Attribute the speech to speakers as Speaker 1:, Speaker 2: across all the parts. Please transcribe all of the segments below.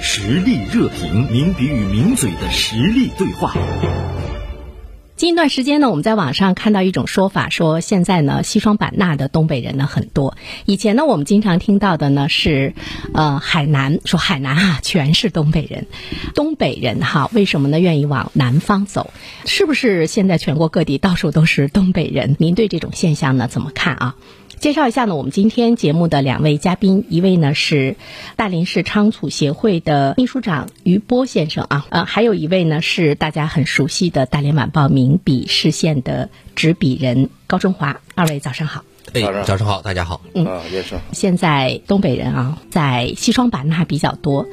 Speaker 1: 实力热评，名笔与名嘴的实力对话。
Speaker 2: 近一段时间呢，我们在网上看到一种说法，说现在呢，西双版纳的东北人呢很多。以前呢，我们经常听到的呢是，呃，海南说海南啊全是东北人，东北人哈为什么呢愿意往南方走？是不是现在全国各地到处都是东北人？您对这种现象呢怎么看啊？介绍一下呢，我们今天节目的两位嘉宾，一位呢是大连市仓储协会的秘书长于波先生啊，呃，还有一位呢是大家很熟悉的大连晚报名笔视线的执笔人高中华。二位早上好。
Speaker 3: 哎
Speaker 4: 早上，好
Speaker 3: 早上好，大家好。
Speaker 4: 啊，也是，
Speaker 2: 现在东北人啊，在西双版纳比较多。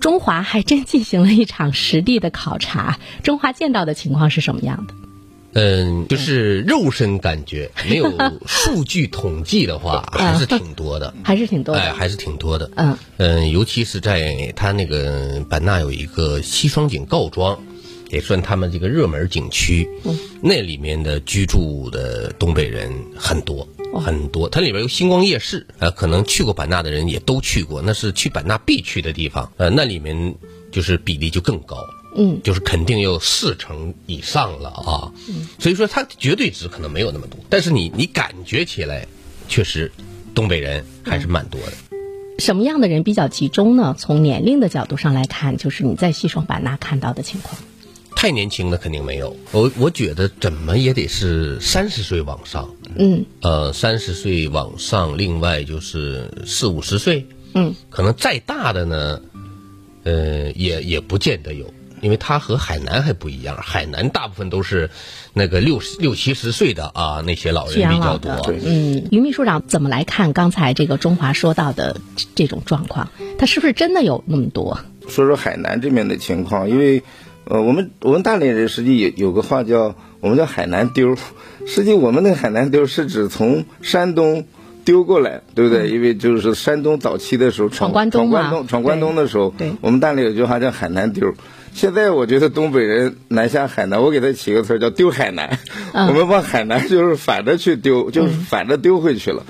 Speaker 2: 中华还真进行了一场实地的考察，中华见到的情况是什么样的？
Speaker 3: 嗯，就是肉身感觉，没 有数据统计的话，
Speaker 4: 啊
Speaker 3: 还是挺多 的。
Speaker 2: 还是挺多的。
Speaker 3: 哎，还是挺多的。
Speaker 2: 嗯
Speaker 3: 嗯，尤其是在它那个嗯版纳有一个西双景告庄，也算他们这个热门景区。那里面的居住的东北人很多很多，它里边有星光夜市，呃，可能去过版纳的人也都去过，那是去版纳必去的地方。呃，那里面就是比例就更高。
Speaker 2: 嗯，
Speaker 3: 就是肯定有四成以上了啊，所以说它绝对值可能没有那么多，但是你你感觉起来，确实东北人还是蛮多的。
Speaker 2: 什么样的人比较集中呢？从年龄的角度上来看，就是你在西双版纳看到的情况。
Speaker 3: 太年轻的肯定没有，我我觉得怎么也得是三十岁往上，
Speaker 2: 嗯
Speaker 3: 呃，三十岁往上，另外就是四五十岁，
Speaker 2: 嗯，
Speaker 3: 可能再大的呢，呃，也也不见得有，因为它和海南还不一样，海南大部分都是那个六十六七十岁的啊，那些老人
Speaker 2: 去养
Speaker 3: 比较
Speaker 2: 老
Speaker 3: 多
Speaker 2: 的，
Speaker 4: 对
Speaker 2: 嗯，于秘书长怎么来看刚才这个中华说到的这这种状况？他是不是真的有那么多？
Speaker 4: 说说海南这边的情况，因为，呃，我们我们大连人实际有有个话叫我们叫海南丢， 实际我们那个海南丢是指从山东丢过来，对不对？因为就是山东早期的时候
Speaker 2: 嗯闯关东
Speaker 4: 闯
Speaker 2: 嘛
Speaker 4: 关东闯关东的时候
Speaker 2: 对对，
Speaker 4: 我们大连有句话叫海南丢。现在我觉得东北人南下海南，我给他起个词儿叫丢海南，我们往海南就是反着去丢，就是反着丢回去了。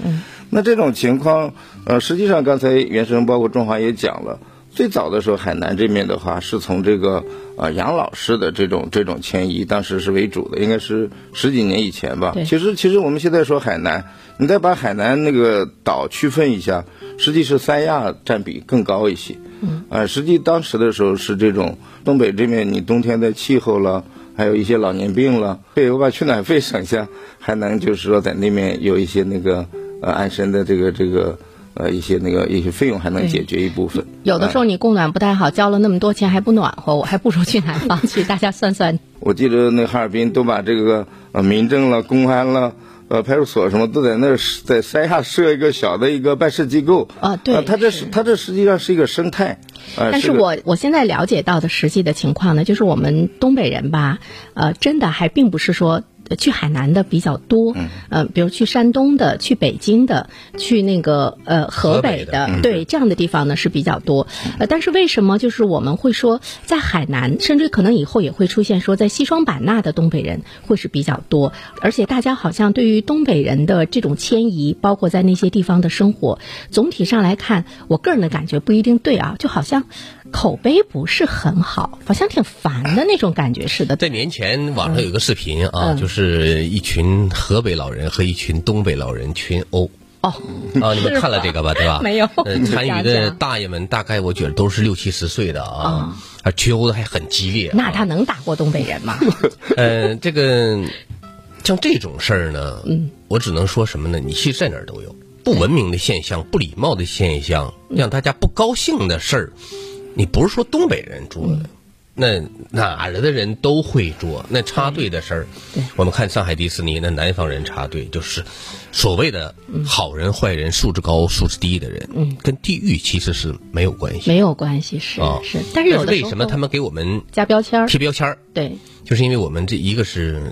Speaker 4: 那这种情况，呃，实际上刚才袁生包括中华也讲了，最早的时候海南这边的话是从这个呃养老式的这种这种迁移，当时是为主的，应该是十几年以前吧
Speaker 2: 对。
Speaker 4: 其实其实我们现在说海南，你再把海南那个岛区分一下，实际是三亚占比更高一些。嗯，呃，实际当时的时候是这种东北这边，你冬天的气候了。还有一些老年病了，对，我把去暖费省下，还能就是说在那边有一些那个呃安身的这个这个呃一些那个一些费用还能解决一部分。
Speaker 2: 嗯有的时候你供暖不太好，交了那么多钱还不暖和，我还不如去南方去。大家算算，
Speaker 4: 我记得那哈尔滨都把这个呃民政了、公安了、呃派出所什么都在那儿设在三亚设一个小的一个办事机构
Speaker 2: 啊对
Speaker 4: 呃它这是它这实际上是一个生态，呃、
Speaker 2: 但是
Speaker 4: 个
Speaker 2: 我我现在了解到的实际的情况呢，就是我们东北人吧，呃，真的还并不是说。呃去海南的比较多，嗯、呃，比如去山东的、去北京的、去那个呃河
Speaker 3: 河北
Speaker 2: 北
Speaker 3: 的
Speaker 2: 的，对这样的地方呢是比较多。呃，但是为什么就是我们会说在海南，甚至可能以后也会出现说在西双版纳的东北人会是比较多，而且大家好像对于东北人的这种迁移，包括在那些地方的生活，总体上来看，我个人的感觉不一定对啊，就好像口碑不是很好，好像挺烦的那种感觉似的。
Speaker 3: 在年前，网上有个视频
Speaker 2: 嗯
Speaker 3: 啊，就是一群河北老人和一群东北老人群殴。
Speaker 2: 哦，
Speaker 3: 啊，你们看了这个吧，对吧？
Speaker 2: 没有
Speaker 3: 呃，参与
Speaker 2: 讲
Speaker 3: 的
Speaker 2: 讲
Speaker 3: 大爷们大概我觉得都是六七十岁的啊，啊，群殴的还很激烈啊。
Speaker 2: 那他能打过东北 人吗？
Speaker 3: 呃，这个像这种事儿呢，嗯，我只能说什么呢？你其实在哪儿都有不文明的现象、不礼貌的现象，
Speaker 2: 嗯
Speaker 3: 让大家不高兴的事儿，你不是说东北人做
Speaker 2: 嗯
Speaker 3: 的。那哪儿的人都会做那插队的事儿，我们看上海迪士尼那南方人插队，就是所谓的
Speaker 2: 嗯
Speaker 3: 好人坏人、素质高素质低的人，嗯，跟地域其实是没有关系
Speaker 2: 没有关系，是、
Speaker 3: 啊。
Speaker 2: 是，但是有的
Speaker 3: 为
Speaker 2: 时候
Speaker 3: 什么他们给我们
Speaker 2: 加标签儿？
Speaker 3: 贴标签儿？
Speaker 2: 对，
Speaker 3: 就是因为我们这一个是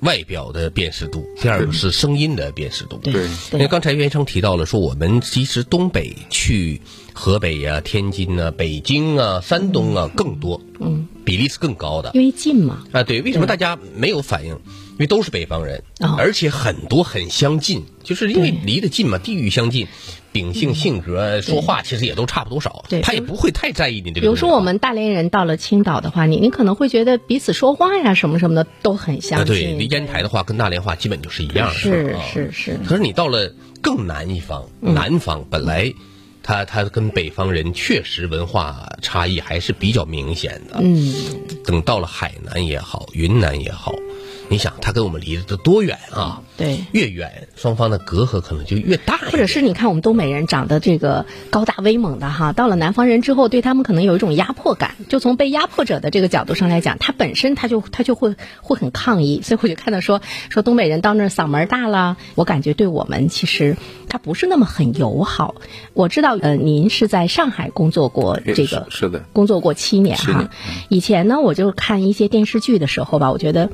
Speaker 3: 外表的辨识度，第二个是声音的辨识度。
Speaker 2: 对对
Speaker 3: 因为刚才袁生提到了说，我们其实东北去河北呀、天津啊、北京啊、山东啊更多，嗯，比例是更高的
Speaker 2: 因为近嘛，
Speaker 3: 啊。对，为什么大家没有反应？因为都是北方人
Speaker 2: 哦，
Speaker 3: 而且很多很相近，就是因为离得近嘛，地域相近，秉性、性格、说话其实也都差不多少
Speaker 2: 嗯对，
Speaker 3: 他也不会太在意你这个。
Speaker 2: 比如说我们大连人到了青岛的话，你你可能会觉得彼此说话呀什么什么的都很
Speaker 3: 啊，
Speaker 2: 相
Speaker 3: 对，
Speaker 2: 近。
Speaker 3: 那烟台的话跟大连话基本就是一样的。
Speaker 2: 是
Speaker 3: 啊
Speaker 2: 是是，
Speaker 3: 可是你到了更南一方，
Speaker 2: 嗯
Speaker 3: 南方本来他他跟北方人确实文化差异还是比较明显的。
Speaker 2: 嗯，
Speaker 3: 等到了海南也好，云南也好，你想他跟我们离得多远啊？
Speaker 2: 对。
Speaker 3: 越远，双方的隔阂可能就越大一点，
Speaker 2: 或者是你看我们东北人长得这个高大威猛的哈，到了南方人之后，对他们可能有一种压迫感。就从被压迫者的这个角度上来讲，他本身他就他就会会很抗议。所以我就看到说说东北人到那儿嗓门儿大了，我感觉对我们其实他不是那么很友好。我知道呃，您是在上海工作过这个
Speaker 4: 是是的
Speaker 2: 工作过七年
Speaker 4: 七年嗯
Speaker 2: 哈。以前呢，我就看一些电视剧的时候吧，我觉得。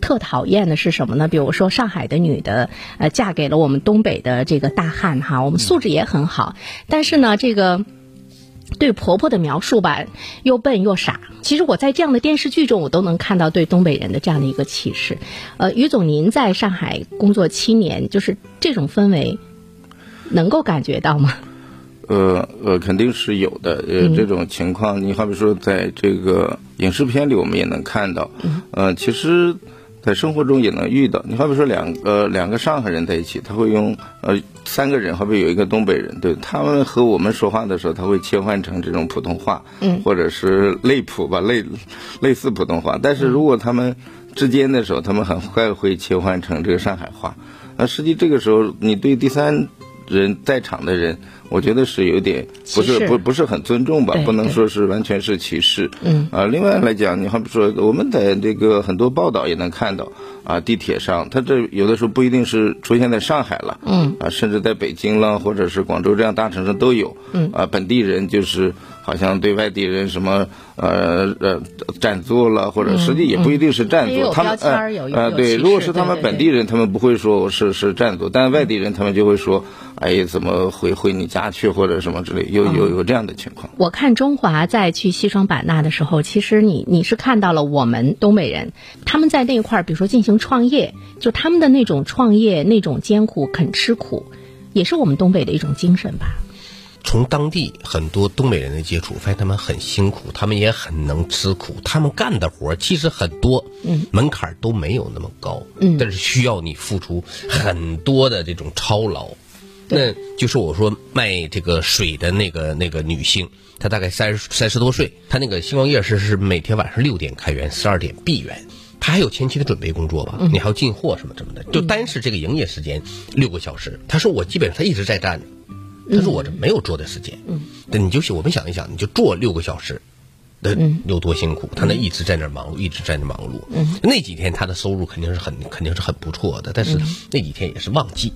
Speaker 2: 特讨厌的是什么呢？比如说上海的女的，呃，嫁给了我们东北的这个大汉哈，我们素质也很好，但是呢，这个对婆婆的描述吧，又笨又傻。其实我在这样的电视剧中，我都能看到对东北人的这样的一个歧视。呃，于总，您在上海工作七年，就是这种氛围，能够感觉到吗？
Speaker 4: 呃呃，肯定是有的。呃，
Speaker 2: 嗯
Speaker 4: 这种情况，你好比说，在这个影视片里，我们也能看到。嗯、呃，其实，在生活中也能遇到。你好比说两个呃两个上海人在一起，他会用呃三个人，好比有一个东北人，对他们和我们说话的时候，他会切换成这种普通话，嗯，或者是类普吧，类类似普通话。但是如果他们之间的时候，他们很快会切换成这个上海话。那实际这个时候，你对第三人在场的人，我觉得是有点不
Speaker 2: 歧视
Speaker 4: 是不不是很尊重吧
Speaker 2: 对，
Speaker 4: 不能
Speaker 2: 对
Speaker 4: 说是完全是歧视。嗯啊，另外来讲，你好比说我们在这个很多报道也能看到啊，地铁上，它这有的时候不一定是出现在上海了，嗯啊，甚至在北京了或者是广州这样大城市都有。嗯啊，本地人就是好像对外地人什么呃呃占座了，或者实际也不一定是占
Speaker 2: 也有
Speaker 4: 座，他们
Speaker 2: 标签儿有
Speaker 4: 呃
Speaker 2: 有有
Speaker 4: 呃
Speaker 2: 歧
Speaker 4: 对，
Speaker 2: 视
Speaker 4: 如果是他
Speaker 2: 对
Speaker 4: 们
Speaker 2: 对对
Speaker 4: 本地人他们不会说我是是占座，但外地人他们就会说，哎，怎么回回你家去或者什么之类，
Speaker 2: 嗯
Speaker 4: 有有有这样的情况。
Speaker 2: 我看中华在去西双版纳的时候，其实你你是看到了我们东北人，他们在那块儿，比如说进行创业，就他们的那种创业、那种艰苦、肯吃苦，也是我们东北的一种精神吧。
Speaker 3: 从当地很多东北人的接触，发现他们很辛苦，他们也很能吃苦，他们干的活儿其实很多，嗯，门槛儿都没有那么高，嗯，但是需要你付出很多的这种操劳。那就是我说卖这个水的那个那个女性，她大概三十三十多岁，她那个星光夜市是每天晚上六点开园，十二点闭园。她还有前期的准备工作吧，你还要进货什么什么的，就单是这个营业时间六个小时。她说我基本上她一直在站着，他说我这没有坐的时间，嗯，那你就想我们想一想，你就坐六个小时，那有多辛苦？他那一直在那儿忙碌，一直在那儿忙碌。嗯，那几天他的收入肯定是很肯定是很不错的，但是那几天也是旺季，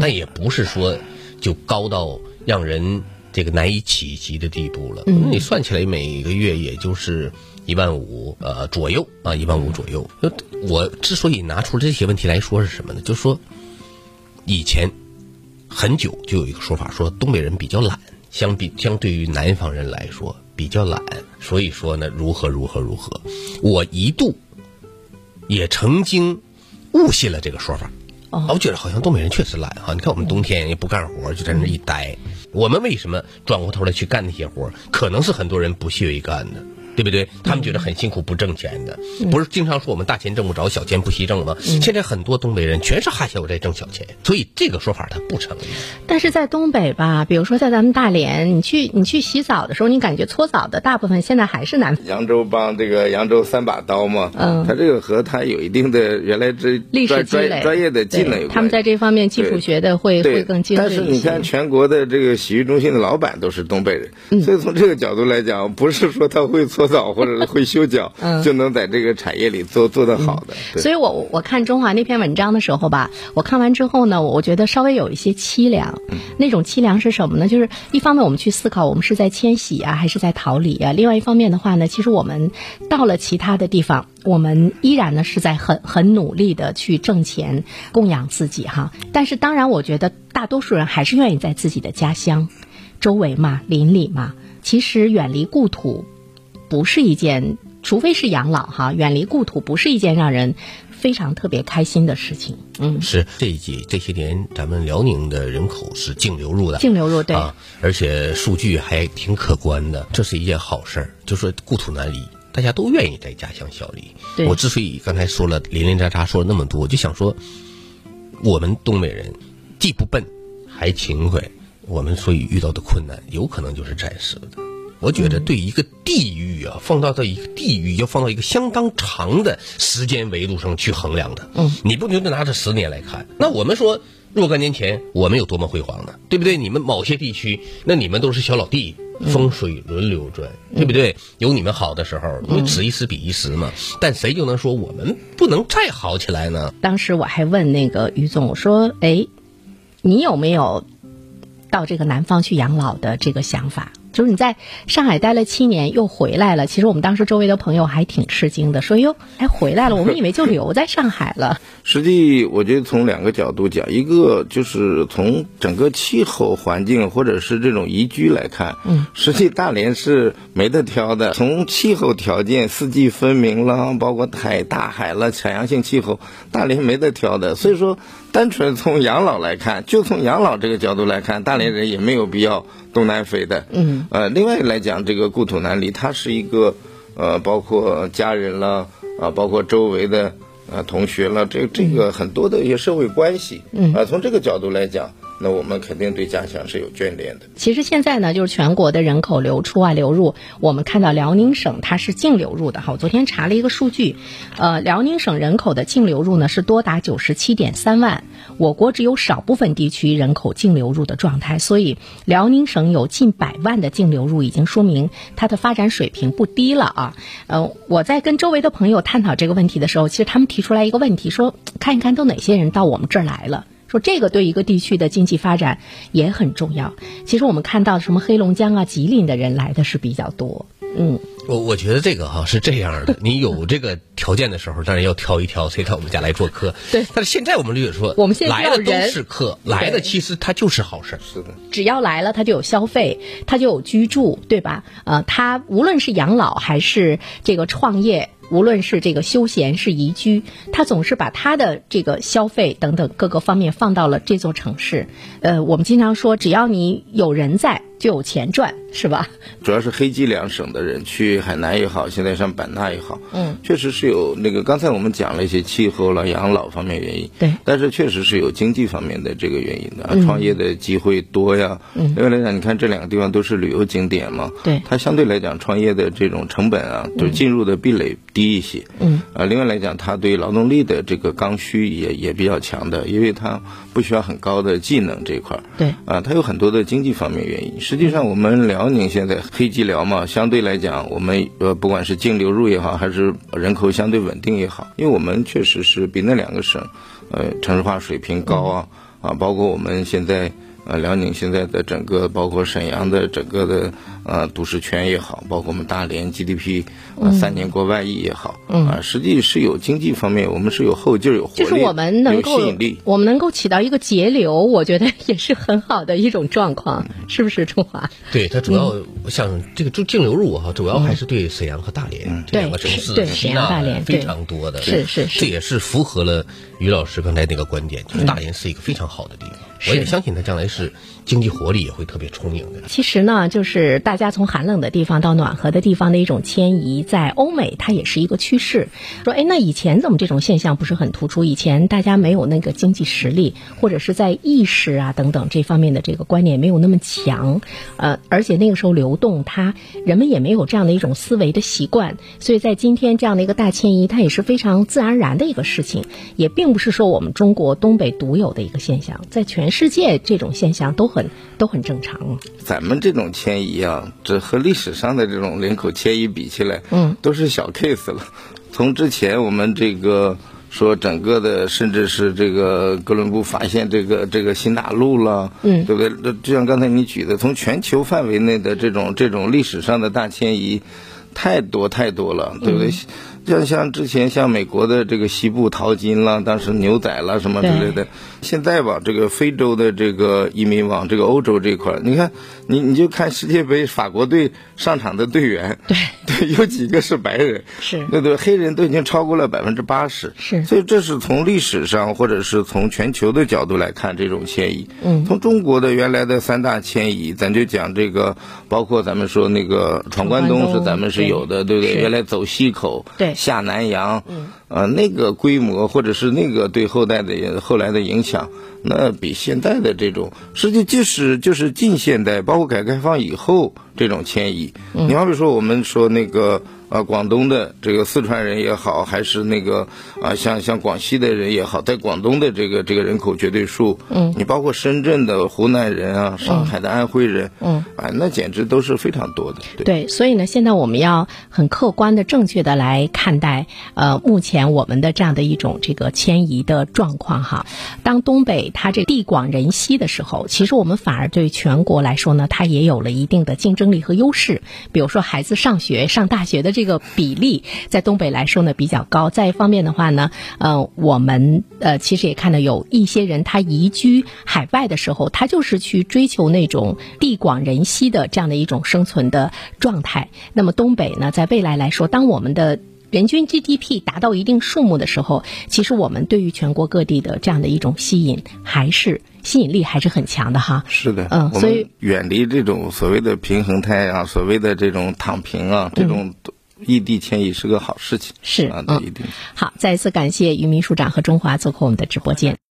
Speaker 3: 但也不是说就高到让人这个难以企及的地步了。嗯，你算起来每个月也就是。一万五呃左右啊，一万五左右。就我之所以拿出这些问题来说是什么呢？就是说，以前很久就有一个说法说东北人比较懒，相比相对于南方人来说比较懒，所以说呢如何如何如何，我一度也曾经误信了这个说法。
Speaker 2: 哦
Speaker 3: 我觉得好像东北人确实懒哈，你看我们冬天也不干活，就在那一待。我们为什么转过头来去干那些活？可能是很多人不屑于干的，对不对？他们觉得很辛苦，不挣钱的，不是经常说我们大钱挣不着，小钱不惜挣吗？现在很多东北人全是哈小在挣小钱，所以这个说法它不成立。
Speaker 2: 但是在东北吧，比如说在咱们大连，你去你去洗澡的时候，你感觉搓澡的大部分现在还是南方。
Speaker 4: 扬州帮这个扬州三把刀嘛，
Speaker 2: 嗯
Speaker 4: 他这个和他有一定的原来这
Speaker 2: 历史
Speaker 4: 专
Speaker 2: 积累，
Speaker 4: 专专业的技能
Speaker 2: 对
Speaker 4: 有关系。
Speaker 2: 他们在这方面基础学的会
Speaker 4: 对，
Speaker 2: 会更精
Speaker 4: 但
Speaker 2: 致
Speaker 4: 是
Speaker 2: 一
Speaker 4: 你
Speaker 2: 些嗯
Speaker 4: 看，。全国的这个洗浴中心的老板都是东北人，所以从这个角度来讲，不是说他会搓澡或者是会修脚、
Speaker 2: 嗯
Speaker 4: 就能在这个产业里做做得好的。对
Speaker 2: 所以我我我看中华那篇文章的时候吧，我看完之后呢，我觉得稍微有一些凄凉。那种凄凉是什么呢？就是一方面我们去思考我们是在迁徙啊，还是在逃离啊；另外一方面的话呢，其实我们到了其他的地方，我们依然呢是在很很努力的去挣钱供养自己哈。但是当然，我觉得大多数人还是愿意在自己的家乡、周围嘛、邻里嘛。其实远离故土不是一件，除非是养老哈，远离故土不是一件让人非常特别开心的事情。嗯，
Speaker 3: 是这一季这些年咱们辽宁的人口是净流入的，
Speaker 2: 净流入对
Speaker 3: 啊，而且数据还挺可观的，这是一件好事儿。就说故土难离，大家都愿意在家乡效力。
Speaker 2: 对
Speaker 3: 我之所以刚才说了零零杂杂说了那么多，我就想说，我们东北人既不笨还勤快，我们所以遇到的困难有可能就是暂时的。我觉得对一个地域啊，放到到一个地域，要放到一个相当长的时间维度上去衡量的。嗯，你不能就拿这十年来看。那我们说若干年前我们有多么辉煌呢？对不对？你们某些地区，那你们都是小老弟，风水轮流转，对不对？有你们好的时候，因为此一时彼一时嘛。但谁就能说我们不能再好起来呢？
Speaker 2: 当时我还问那个于总，我说：“哎，你有没有到这个南方去养老的这个想法？”就是你在上海待了七年，又回来了。其实我们当时周围的朋友还挺吃惊的，说：“哟，还回来了，我们以为就留在上海了。
Speaker 4: 实际我觉得从两个角度讲，一个就是从整个气候环境或者是这种宜居来看，嗯，实际大连是没得挑的。从气候条件，四季分明了，包括海、大海了，海洋性气候，大连没得挑的。所以说，单纯从养老来看，就从养老这个角度来看，大连人也没有必要东南飞的。嗯，呃，另外来讲，这个故土难离，它是一个呃，包括家人了，啊、包括周围的。啊，同学了，这这个很多的一些社会关系，嗯，啊，从这个角度来讲，那我们肯定对家乡是有眷恋的。
Speaker 2: 其实现在呢，就是全国的人口流出啊、流入，我们看到辽宁省它是净流入的哈。我昨天查了一个数据，呃，辽宁省人口的净流入呢是多达九十七点三万，我国只有少部分地区人口净流入的状态，所以辽宁省有近百万的净流入，已经说明它的发展水平不低了啊。呃，我在跟周围的朋友探讨这个问题的时候，其实他们提出来一个问题，说看一看都哪些人到我们这儿来了。说这个对一个地区的经济发展也很重要。其实我们看到什么黑龙江啊、吉林的人来的是比较多，嗯，
Speaker 3: 我我觉得这个哈、是这样的，你有这个条件的时候，当然要挑一挑谁到我们家来做客。
Speaker 2: 对
Speaker 3: 但是现在我们理解说，
Speaker 2: 我们现在
Speaker 3: 来的
Speaker 2: 要人
Speaker 3: 都是客，来的其实它就是好事儿。
Speaker 4: 是的，
Speaker 2: 只要来了，他就有消费，他就有居住，对吧？呃，他无论是养老还是这个创业，无论是这个休闲是宜居，他总是把他的这个消费等等各个方面放到了这座城市。呃，我们经常说，只要你有人在，就有钱赚，是吧？
Speaker 4: 主要是黑吉两省的人去海南也好，现在上版纳也好，嗯，确实是有那个刚才我们讲了一些气候了、养老方面原因，
Speaker 2: 对
Speaker 4: 但是确实是有经济方面的这个原因的，啊创业的机会多呀。嗯，另外来讲，你看这两个地方都是旅游景点嘛，
Speaker 2: 对
Speaker 4: 它相对来讲创业的这种成本啊，就进入的壁垒低一些，嗯，啊，另外来讲，它对劳动力的这个刚需也也比较强的，因为它不需要很高的技能这一块儿，
Speaker 2: 对
Speaker 4: 啊，它有很多的经济方面原因。实际上，我们辽宁现在黑吉辽嘛，相对来讲，我们呃，不管是净流入也好，还是人口相对稳定也好，因为我们确实是比那两个省，呃，城市化水平高啊，
Speaker 2: 嗯
Speaker 4: 啊，包括我们现在。呃，辽宁现在的整个，包括沈阳的整个的呃都市圈也好，包括我们大连 GDP 啊、
Speaker 2: 嗯
Speaker 4: 三年过万亿也好，嗯、啊，实际是有经济方面，我们是有后劲儿、有活力、
Speaker 2: 就是我们能够
Speaker 4: 有吸引力。，
Speaker 2: 我们能够起到一个节流，我觉得也是很好的一种状况，
Speaker 4: 嗯
Speaker 2: 是不是中华？
Speaker 3: 对，它主
Speaker 2: 嗯
Speaker 3: 要、我想这个就净流入哈，主要还是对沈阳和大连、这两个城市
Speaker 2: 对是
Speaker 3: 的
Speaker 2: 对
Speaker 3: 吸
Speaker 2: 沈阳
Speaker 3: 纳
Speaker 2: 大连
Speaker 3: 非常多的，
Speaker 2: 对是是是嗯
Speaker 3: 这也是符合了于老师刚才那个观点，就是大连是一个非常好的地方，我也相信它将来是经济活力也会特别充盈的。
Speaker 2: 其实呢，就是大家从寒冷的地方到暖和的地方的一种迁移，在欧美它也是一个趋势。说，哎，那以前怎么这种现象不是很突出？以前大家没有那个经济实力，或者是在意识啊等等这方面的这个观念没有那么强，呃，而且那个时候流动它，人们也没有这样的一种思维的习惯，所以在今天这样的一个大迁移，它也是非常自然而然的一个事情，也并不是说我们中国东北独有的一个现象，在全世界这种现象都很都很正常。
Speaker 4: 咱们这种迁移啊，这和历史上的这种人口迁移比起来，嗯，都是小 case 了。从之前我们这个说整个的，甚至是这个哥伦布发现这个这个新大陆了，嗯，对不对？那就像刚才你举的，从全球范嗯围内的这种这种历史上的大迁移。太多太多了，对不对？像像之前像美国的这个西部淘金啦，当时牛仔啦什么之类的，现在吧，这个非洲的这个移民往这个欧洲这块儿，你看你你就看世界杯法国队上场的队员，
Speaker 2: 对
Speaker 4: 对，有几个是白人，
Speaker 2: 是
Speaker 4: 对对，黑人都已经超过了百分之八十，
Speaker 2: 是
Speaker 4: 所以这是从历史上或者是从全球的角度来看这种迁移。嗯，从中国的原来的三大迁移，咱就讲这个，包括咱们说那个闯关东
Speaker 2: 闯关
Speaker 4: 是
Speaker 2: 东
Speaker 4: 咱们是
Speaker 2: 对
Speaker 4: 有的，对不对？
Speaker 2: 是
Speaker 4: 原来走西口，
Speaker 2: 对
Speaker 4: 下南洋，呃，那个规模或者是那个对后代的后来的影响，那比现在的这种，实际即使就是近现代，包括改革开放以后这种迁移，你好比说我们说那个呃广东的这个四川人也好，还是那个啊、像像广西的人也好，在广东的这个这个人口绝对数，嗯，你包括深圳的湖南人啊，上海的安徽人，嗯，啊，那简直都是非常多的，对。
Speaker 2: 对，所以呢，现在我们要很客观的、正确的来看待，呃，目前我们的这样的一种这个迁移的状况哈。当东北它这地广人稀的时候，其实我们反而对全国来说呢，它也有了一定的竞争力和优势。比如说孩子上学、上大学的这个比例，在东北来说呢比较高。再一方面的话呢，呃，我们呃其实也看到有一些人他移居海外的时候，他就是去追求那种地广人稀的这样的一种生存的状态。那么东北呢，在未来来说，当我们的人均 GDP 达到一定数目的时候，其实我们对于全国各地的这样的一种吸引，还是吸引力还是很强的哈。
Speaker 4: 是的，
Speaker 2: 嗯
Speaker 4: 我
Speaker 2: 所
Speaker 4: 们
Speaker 2: 以
Speaker 4: 远离这种所谓的平衡态啊，所谓的这种躺平啊，这种异地迁移是个好事情。
Speaker 2: 是
Speaker 4: 啊，
Speaker 2: 嗯
Speaker 4: 对，一定。
Speaker 2: 好，再一次感谢于秘书长和中华做客我们的直播间。